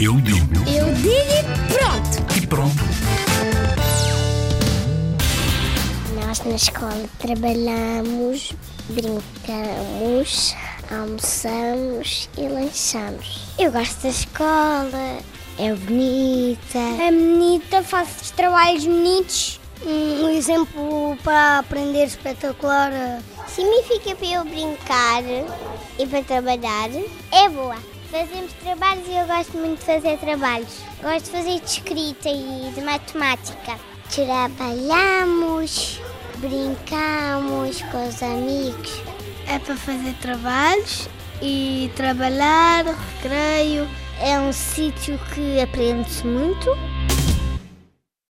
Eu digo. Eu digo e pronto! E pronto. Nós na escola trabalhamos, brincamos, almoçamos e lanchamos. Eu gosto da escola, é bonita. É bonita, faço os trabalhos bonitos. Um exemplo para aprender espetacular. Significa para eu brincar e para trabalhar. É boa. Fazemos trabalhos e eu gosto muito de fazer trabalhos. Gosto de fazer de escrita e de matemática. Trabalhamos, brincamos com os amigos. É para fazer trabalhos e trabalhar, recreio. É um sítio que aprende-se muito.